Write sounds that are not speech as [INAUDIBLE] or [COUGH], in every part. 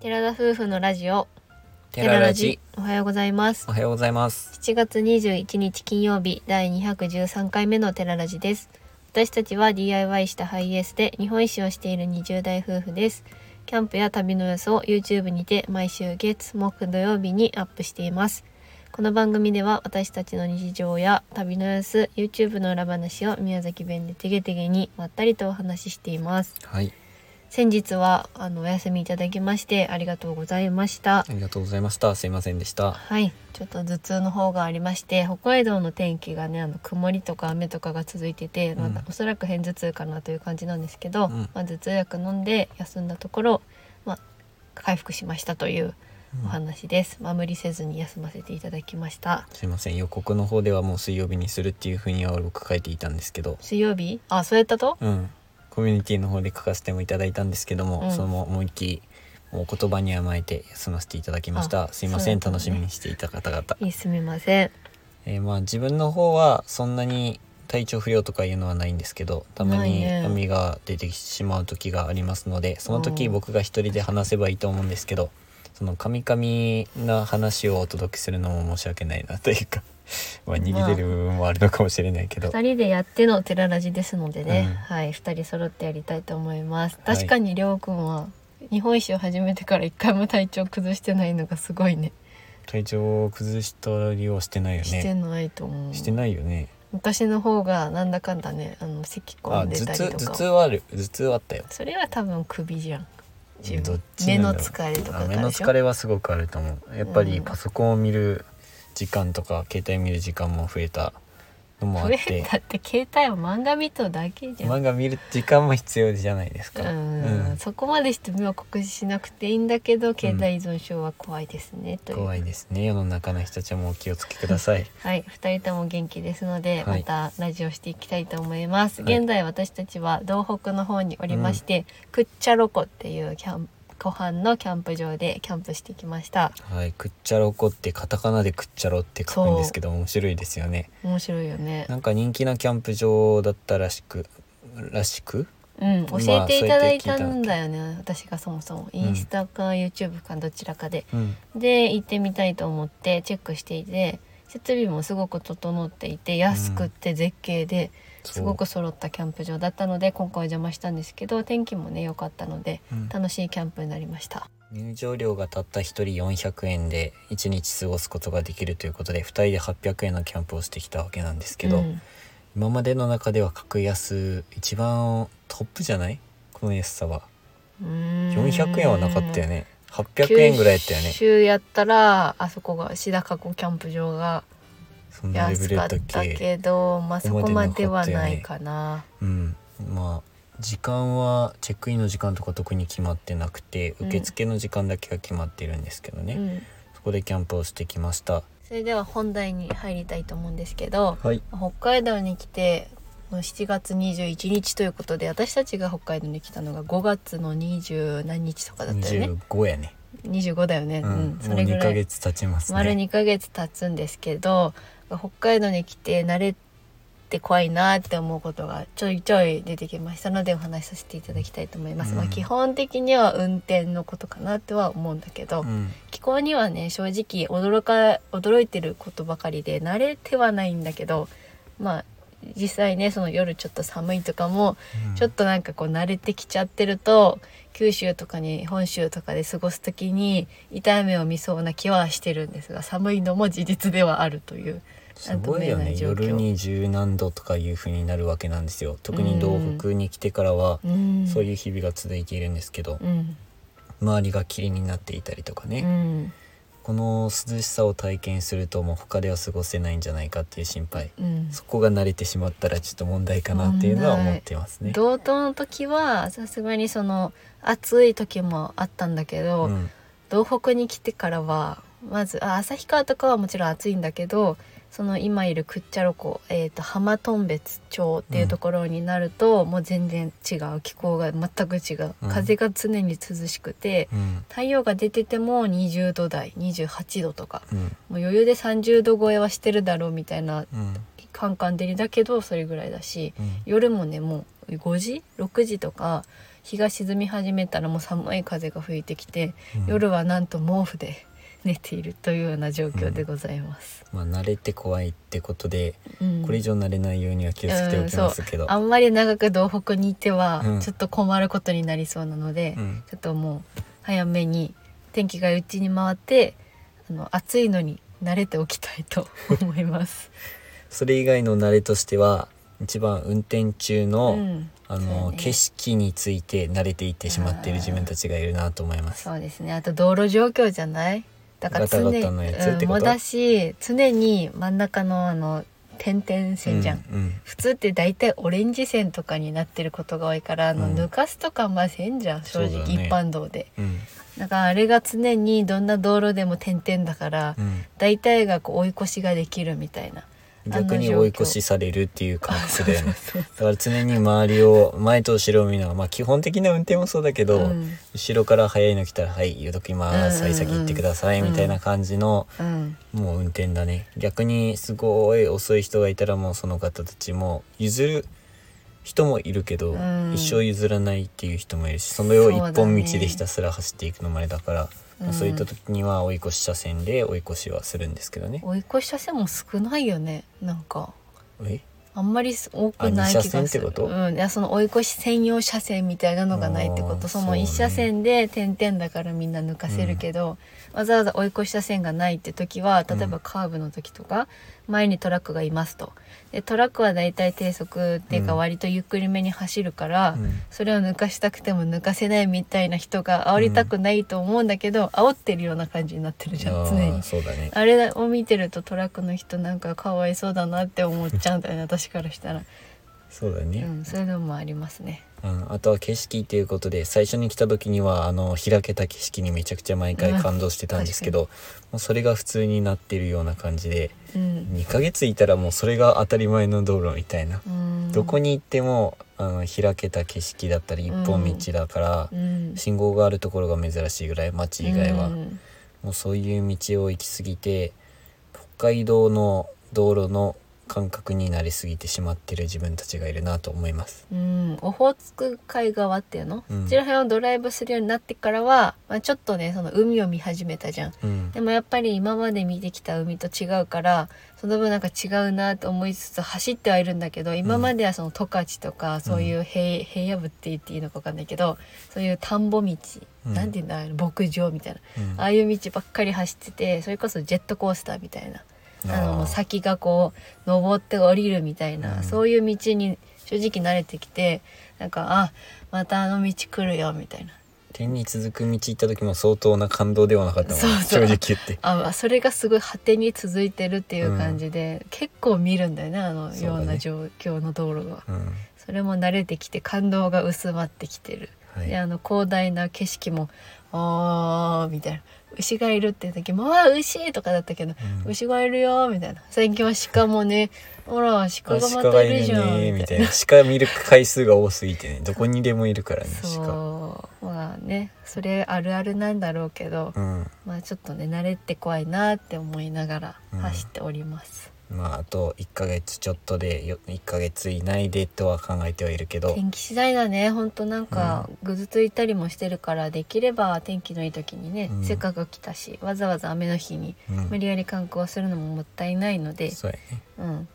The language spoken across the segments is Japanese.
寺田夫婦のラジオテララジおはようございますおはようございます7月21日金曜日第213回目のテララジです私たちは DIY したハイエースで日本一周をしている20代夫婦ですキャンプや旅の様子を YouTube にて毎週月木土曜日にアップしていますこの番組では私たちの日常や旅の様子 YouTube の裏話を宮崎弁でてげてげにまったりとお話ししていますはい先日はあのお休みいただきましてありがとうございましたありがとうございましたすいませんでしたはいちょっと頭痛の方がありまして北海道の天気がねあの曇りとか雨とかが続いてて、まうあん、おそらく偏頭痛かなという感じなんですけど、うんまあ、頭痛薬飲んで休んだところ、まあ、回復しましたというおうん話です、まあ、無理せずに休ませていただきましたすいません予告の方ではもう水曜日にするっていうふうには僕書いていたんですけど水曜日あそうやったとうんコミュニティの方で書かせてもいただいたんですけども、うんその思いっきりもう言葉に甘えて休ませていただきましたあすいません、そうだ楽ったしのねみにしていた方々いいすみませんえーまあ自分の方はそんなに体調不良とかいうのはないんですけどたまないにね髪が出てしまう時がありますのでその時うん僕が一人で話せばいいと思うんですけどそのカミカミな話をお届けするのも申し訳ないなというか [LAUGHS] まあ逃げてる部分もあるのかもしれないけど、 2人でやってのテララジですのでね、うんはい2人揃ってやりたいと思いますはい確かにりょうくんは日本一周始めてから一回も体調崩してないのがすごいね体調を崩したりはしてないよしてねないと思うしてないよね私の方がなんだかんだねあの咳込あん頭でた痛り頭と痛かはある頭痛はあったよそれは多分首じゃん自どっ分ち目なんだろうの疲れとかあか目らのでしょ疲れはすごくあると思うやっぱりうんパソコンを見る時間とか携帯見る時間も増えたのもあっ増えてたって携帯は漫画見とるだけじゃん漫画見る時間も必要じゃないですか、うんそこまでして目を酷使しなくていいんだけど携帯依存症は怖いですね、という怖いですね世の中の人たちもお気をつけくだ [LAUGHS] さいはい、二人とも元気ですので、はいまたラジオしていきたいと思います。はい現在私たちは道北の方におりまして、クッチャロコっていうキャン湖畔のキャンプ場でキャンプしてきました。はいくっちゃろこってカタカナでくっちゃろって書くんですけど面白いですよね面白いよね。なんか人気なキャンプ場だったらしくらしくうん、ま教あえていただいたんだよね。私がそもそもインスタか YouTube かどちらかで、うんで行ってみたいと思ってチェックしていて。設備もすごく整っていて安くって絶景で、そうすごく揃ったキャンプ場だったので今回お邪魔したんですけど天気もね良かったのでうん楽しいキャンプになりました。入場料がたった1人400円で1日過ごすことができるということで2人で800円のキャンプをしてきたわけなんですけど、うん今までの中では格安一番トップじゃないこの安さは400円はなかったね。よね800円ぐらいやったよね九州やったらあそこがシダカ湖キャンプ場がそんなレベ安ルかっやったったけけど、まあそこまではないかな。うんまあ時間はチェックインの時間とか特に決まってなくてうん受付の時間だけが決まってるんですけどね、うんそこでキャンプをしてきましたそれでは本題に入りたいと思うんですけど、はい北海道に来て。の7月21日ということで私たちが北海道に来たのが5月の20何日とかだったよね25やね、 25だよね、ううんん、そもうれぐ2らヶい月経ちますね丸2ヶ月経つんですけど北海道に来て慣れて怖いなって思うことがちょいちょい出てきましたのでお話しさせていただきたいと思います、うんまあ基本的には運転のことかなとは思うんだけど、うん気候にはね正直驚か驚いてることばかりで慣れてはないんだけどまあ実際ねその夜ちょっと寒いとかもちょっとなんかこう慣れてきちゃってると九州とかに本州とかで過ごす時に痛い目を見そうな気はしてるんですが寒いのも事実ではあるというすごいよなんとも言えなねい状況夜に十何度とかいう風になるわけなんですよ特に道北に来てからはうんそうういう日々が続いているんですけど、ん周りが霧になっていたりとかうね、んこの涼しさを体験するともう他では過ごせないんじゃないかっていう心配、うんそこが慣れてしまったらちょっと問題かなっていうのは思ってますね。同等の時はさすがにその暑い時もあったんだけど、うん道北に来てからはまずあ旭川とかはもちろん暑いんだけどその今いるクッチャロ湖、えー、と浜頓別町っていうところになると、もう全然違う気候が全く違う、うん風が常に涼しくてうん太陽が出てても20度台28度とかうんもう余裕で30度超えはしてるだろうみたいなうんカンカン照りだけどそれぐらいだしうん夜もねもう5時6時とか日が沈み始めたらもう寒い風が吹いてきて、うん夜はなんと毛布で寝ているというような状況でございます。まあ慣れて怖いってことで、うんこれ以上慣れないようには気をつけておきますけど、あんまり長く道北にいてはうんちょっと困ることになりそうなので、うんちょっともう早めに天気がうちに回ってあの暑いのに慣れておきたいと思います。それ以外の慣れとしては一番運転中うの、ん、あそうの、ね景色について慣れていってしまっている自分たちがいるなと思います。そうですね。あと道路状況じゃない。だから常ガにタガタのやつってこうとん、もだし常に真ん中のあの点々線じゃん。うんうん普通って大体オレンジ線とかになってることが多いからあの、うん抜かすとかまあ線じゃん正そう直、だね一般道でうんだからあれが常にどんな道路でも点々だから、うん大体がこう追い越しができるみたいな逆に追い越しされるっていう感覚だよ [LAUGHS] ね。そうだから常に周りを前と後ろを見ながら、まあ基本的な運転もそうだけど、うん後ろから速いの来たら「はい言うときまうす、んうんうんはい先行ってください」みたいな感じの、うんもう運転だね。逆にすごい遅い人がいたらもうその方たちも譲る人もいるけど、うん一生譲らないっていう人もいるしそれをそう一だ本ね道でひたすら走っていくのもあれだからうんそういった時には追い越し車線で追い越しはするんですけどね。追い越し車線も少ないよねなんかえあんまり多くない気がするあ二車線ってことうん、いやその追い越し専用車線みたいなのがないってこあとーそそうのね一車線で点々だからみんな抜かせるけど、わざわざ追い越し車線がないって時は例えばうんカーブの時とか、前にトラックがいますとでトラックはだいたい低速っていうかうん割とゆっくりめに走るから、うんそれを抜かしたくても抜かせないみたいな人が煽りたくないと思うんだけど、煽ってるような感じになってるじゃん常あにー。そうだねあれを見てるとトラックの人なんかかわいそうだなって思っちゃうんだよ [LAUGHS] ね私からしたら、そうだうね、ん、そういうのもありますねうん、あとは景色っていうことで最初に来た時にはあの開けた景色にめちゃくちゃ毎回感動してたんですけど、もうそれが普通になってるような感じでうん、 2ヶ月いたらもうそれが当たり前の道路みたいな、うん、どこに行ってもあの開けた景色だったり一本道だから、うん信号があるところが珍しいぐらい街以外は、うんもうそういう道を行き過ぎて北海道の道路の感覚になりすぎてしまってる自分たちがいるなと思います。うん、オホーツク海側っていうの、うんこちら辺をドライブするようになってからは、まあ、ちょっとねその海を見始めたじゃんうんでもやっぱり今まで見てきた海と違うからその分なんか違うなと思いつつ走ってはいるんだけど今まではその十勝とかそういう平,、平野部って言っていいのか分かんないけどそういう田んぼ道、うんなんていうんだあれ牧場みたいなうんああいう道ばっかり走っててそれこそジェットコースターみたいなあのー先がこう登って降りるみたいな、うんそういう道に正直慣れてきてなんかあまたあの道来るよみたいな天に続く道行った時も相当な感動ではなかったもんそうそう正直言ってあそれがすごい果てに続いてるっていう感じで、結構見るんだよねあのそうだねような状況の道路がそ,、うんれも慣れてきて感動が薄まってきてる、はでいあの広大な景色も「あー」みたいな牛がいるっていう時も「あー牛!」とかだったけど「うん牛がいるよ」みたいな最近は鹿も [LAUGHS] ね「ほら鹿あがま鹿たがいるいじるゃん」ねみみたたいいな。な鹿見る回数が多すぎてねどこにでもいるからね鹿そうまあねそれあるあるなんだろうけど、うんまあちょっとね慣れて怖いなって思いながら走っております、まああと1ヶ月ちょっとでよ1ヶ月以内でとは考えてはいるけど天気次第だねほんとなんかぐずついたりもしてるからできれば天気のいい時にね、うんせっかく来たしわざわざ雨の日にうん無理やり観光するのももったいないので、そうやねうん、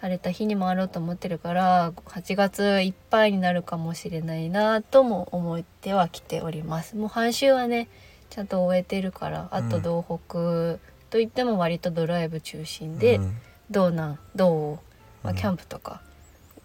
晴れた日に回ろうと思ってるから8月いっぱいになるかもしれないなとも思ってはきておりますもう半周はねちゃんと終えてるからあとうん道北といっても割とドライブ中心で、うん道南道央、まあ、うんキャンプとか、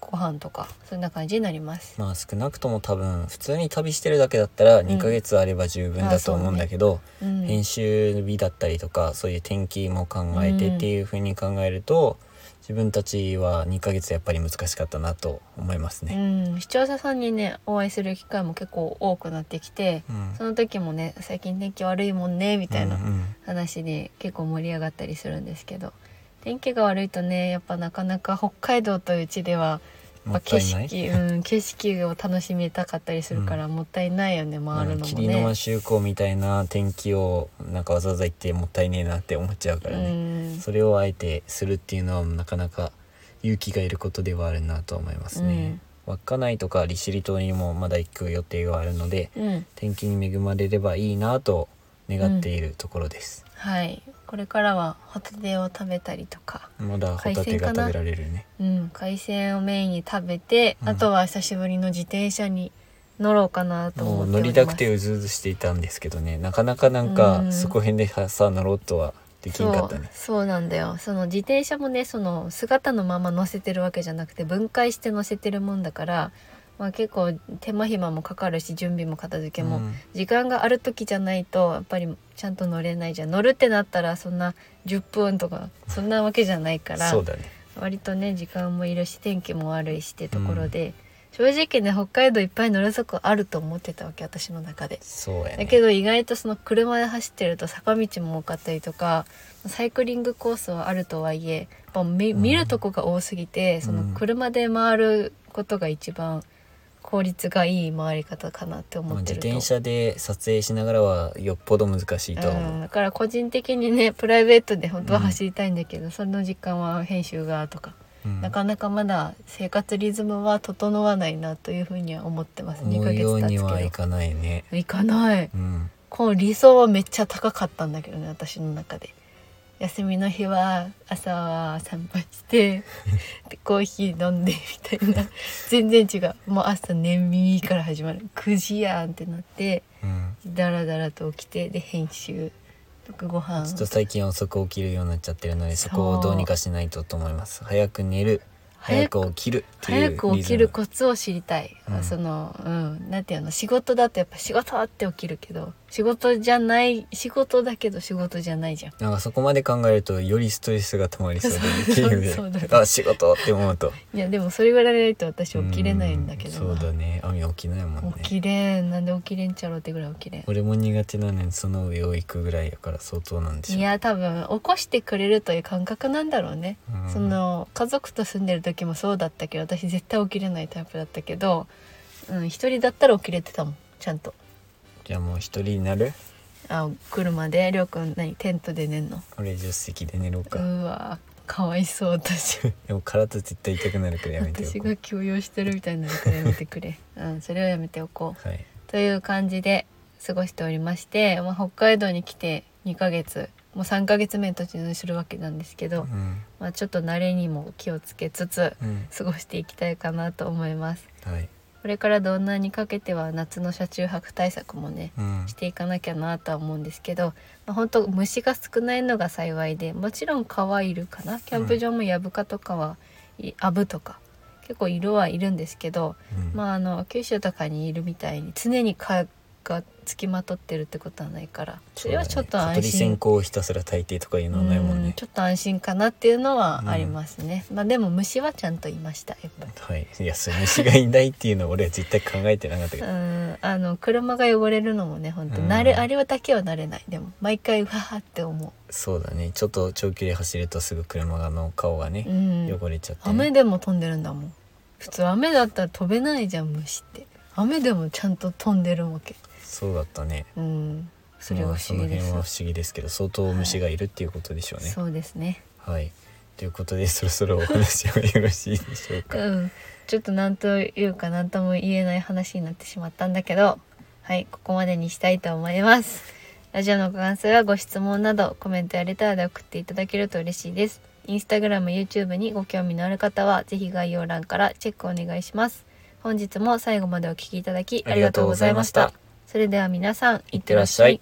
ご飯とかそんな感じになります、まあ少なくとも多分普通に旅してるだけだったら2ヶ月あれば十分だと思うんだけど、うん、編集日だったりとかそういう天気も考えてっていう風に考えると、自分たちは2ヶ月やっぱり難しかったなと思いますね。うん、視聴者さんにねお会いする機会も結構多くなってきてうんその時もね最近天気悪いもんねみたいなうんうん話で結構盛り上がったりするんですけど天気が悪いとねやっぱなかなか北海道という地ではやもっぱった景いない色、うん、景色を楽しみたかったりするからもったいないよね、回るのも霧のね間。周港みたいな天気をなんかわざわざ行ってもったいねえなって思っちゃうからね、うんそれをあえてするっていうのはなかなか勇気がいることではあるなと思いますうんね。稚内とか利尻島にもまだ行く予定があるのでうん天気に恵まれればいいなと願っているところです、はいこれからはホタテを食べたりとかまだホタテが食べられるねうん海鮮をメインに食べて、うんあとは久しぶりの自転車に乗ろうかなと思もうって乗おりりますたくてうずうずしていたんですけどねなかなかなんかうんそこへんでさ乗ろうとはできんかったねそうそうなんだよその自転車もねその姿のまま乗せてるわけじゃなくて分解して乗せてるもんだから、まあ、結構手間暇もかかるし準備も片付けも、うん時間がある時じゃないとやっぱりちゃんと乗れないじゃん乗るってなったらそんな10分とかそんなわけじゃないからそうだね割とね時間もいるし天気も悪いしってところで、正直ね北海道いっぱい乗るとこあると思ってたわけ私の中で。そうやねだけど意外とその車で走ってると坂道も多かったりとかサイクリングコースはあるとはいえやっぱ見うん見るとこが多すぎて、その車で回ることが一番効率がいい回り方かなって思まあって自ると、転車で撮影しながらはよっぽど難しいとはうん、思うだから個人的にねプライベートで本当は走りたいんだけど、その時間は編集がとか、うんなかなかまだ生活リズムは整わないなというふうには思ってます2思ヶう月よう経つにけどはいかないねいかないうんこの理想はめっちゃ高かったんだけどね私の中で休みの日は朝は散歩して [LAUGHS] でコーヒー飲んでみたいな全然違うもう朝眠いから始まる9時やんってなってうんダラダラと起きてで編集とかご飯ちょっと最近遅く起きるようになっちゃってるのでそそうこをどうにかしないとと思います早く寝る早早くく起きるっていう早リズムく起きるコツを知りたい、うんそのうんなんていうの仕事だとやっぱ仕事って起きるけど仕事じゃない仕事だけど仕事じゃないじゃんなんかそこまで考えるとよりストレスが溜まりそうで [LAUGHS] そうそうゲームそうだでねあ仕事って思うといやでもそれぐらいないと私起きれないんだけどうなんそうだね雨起きないもんね起きれんなんで起きれんちゃろうってぐらい起きれん俺も苦手なのにその上を行くぐらいやから相当なんでしょいや多分起こしてくれるという感覚なんだろうね、うんその家族と住んでる時もそうだったけど私絶対起きれないタイプだったけど、うん、一人だったら起きれてたもんちゃんとじゃあもう一人になるあ車でりょうくん何テントで寝んの俺助手席で寝ろううか、わかわいそう私でも体絶対痛くなる [LAUGHS] からやめてお私こうが強要してるみたいになるからやめてくれ、 [LAUGHS] うん、それはやめておこうはいという感じで過ごしておりまして、まあ、北海道に来て2ヶ月もう3ヶ月目に突入するわけなんですけど、うんまあ、ちょっと慣れにも気をつけつつうん過ごしていきたいかなと思いますはいこれからどんなにかけては夏の車中泊対策もねうんしていかなきゃなとは思うんですけど、まあ、本当虫が少ないのが幸いでもちろん蚊はいるかなキャンプ場もヤブカとかはいアブとか結構色はいるんですけどうんまああの九州とかにいるみたいに常に蚊がつきまとってるってことはないからそれはちょっと安そうだね蚊取り線心香をひたすら炊いてとかいうのはないもんうんねちょっと安心かなっていうのはありますね、まあでも虫はちゃんといましたやっぱり。はいいやそれ虫がいないっていうのは俺は絶対考えてなかったけうどんあの車が汚れるのもね本当うん慣れあれはだけは慣れないでも毎回うわーって思そうだねちょっと長距離走るとすぐ車がの顔がう、うね、ん、汚れちゃってね、雨でも飛んでるんだもん普通雨だったら飛べないじゃん虫って雨でもちゃんと飛んでるわけそうだったねうんそれまはあ不思議でその辺す、は不思議ですけど相当虫がいるっていうことでしょうねそうですねはい、ということでそろそろお話をよろしいでしょうかうん、ちょっとなんというかなんとも言えない話になってしまったんだけどはいここまでにしたいと思いますラジオのご感想やご質問などコメントやレターで送っていただけると嬉しいですインスタグラム YouTube にご興味のある方はぜひ概要欄からチェックお願いします本日も最後までお聞きいただきありがとうございましたありがとうございまそれでは皆さんいいってらっしゃい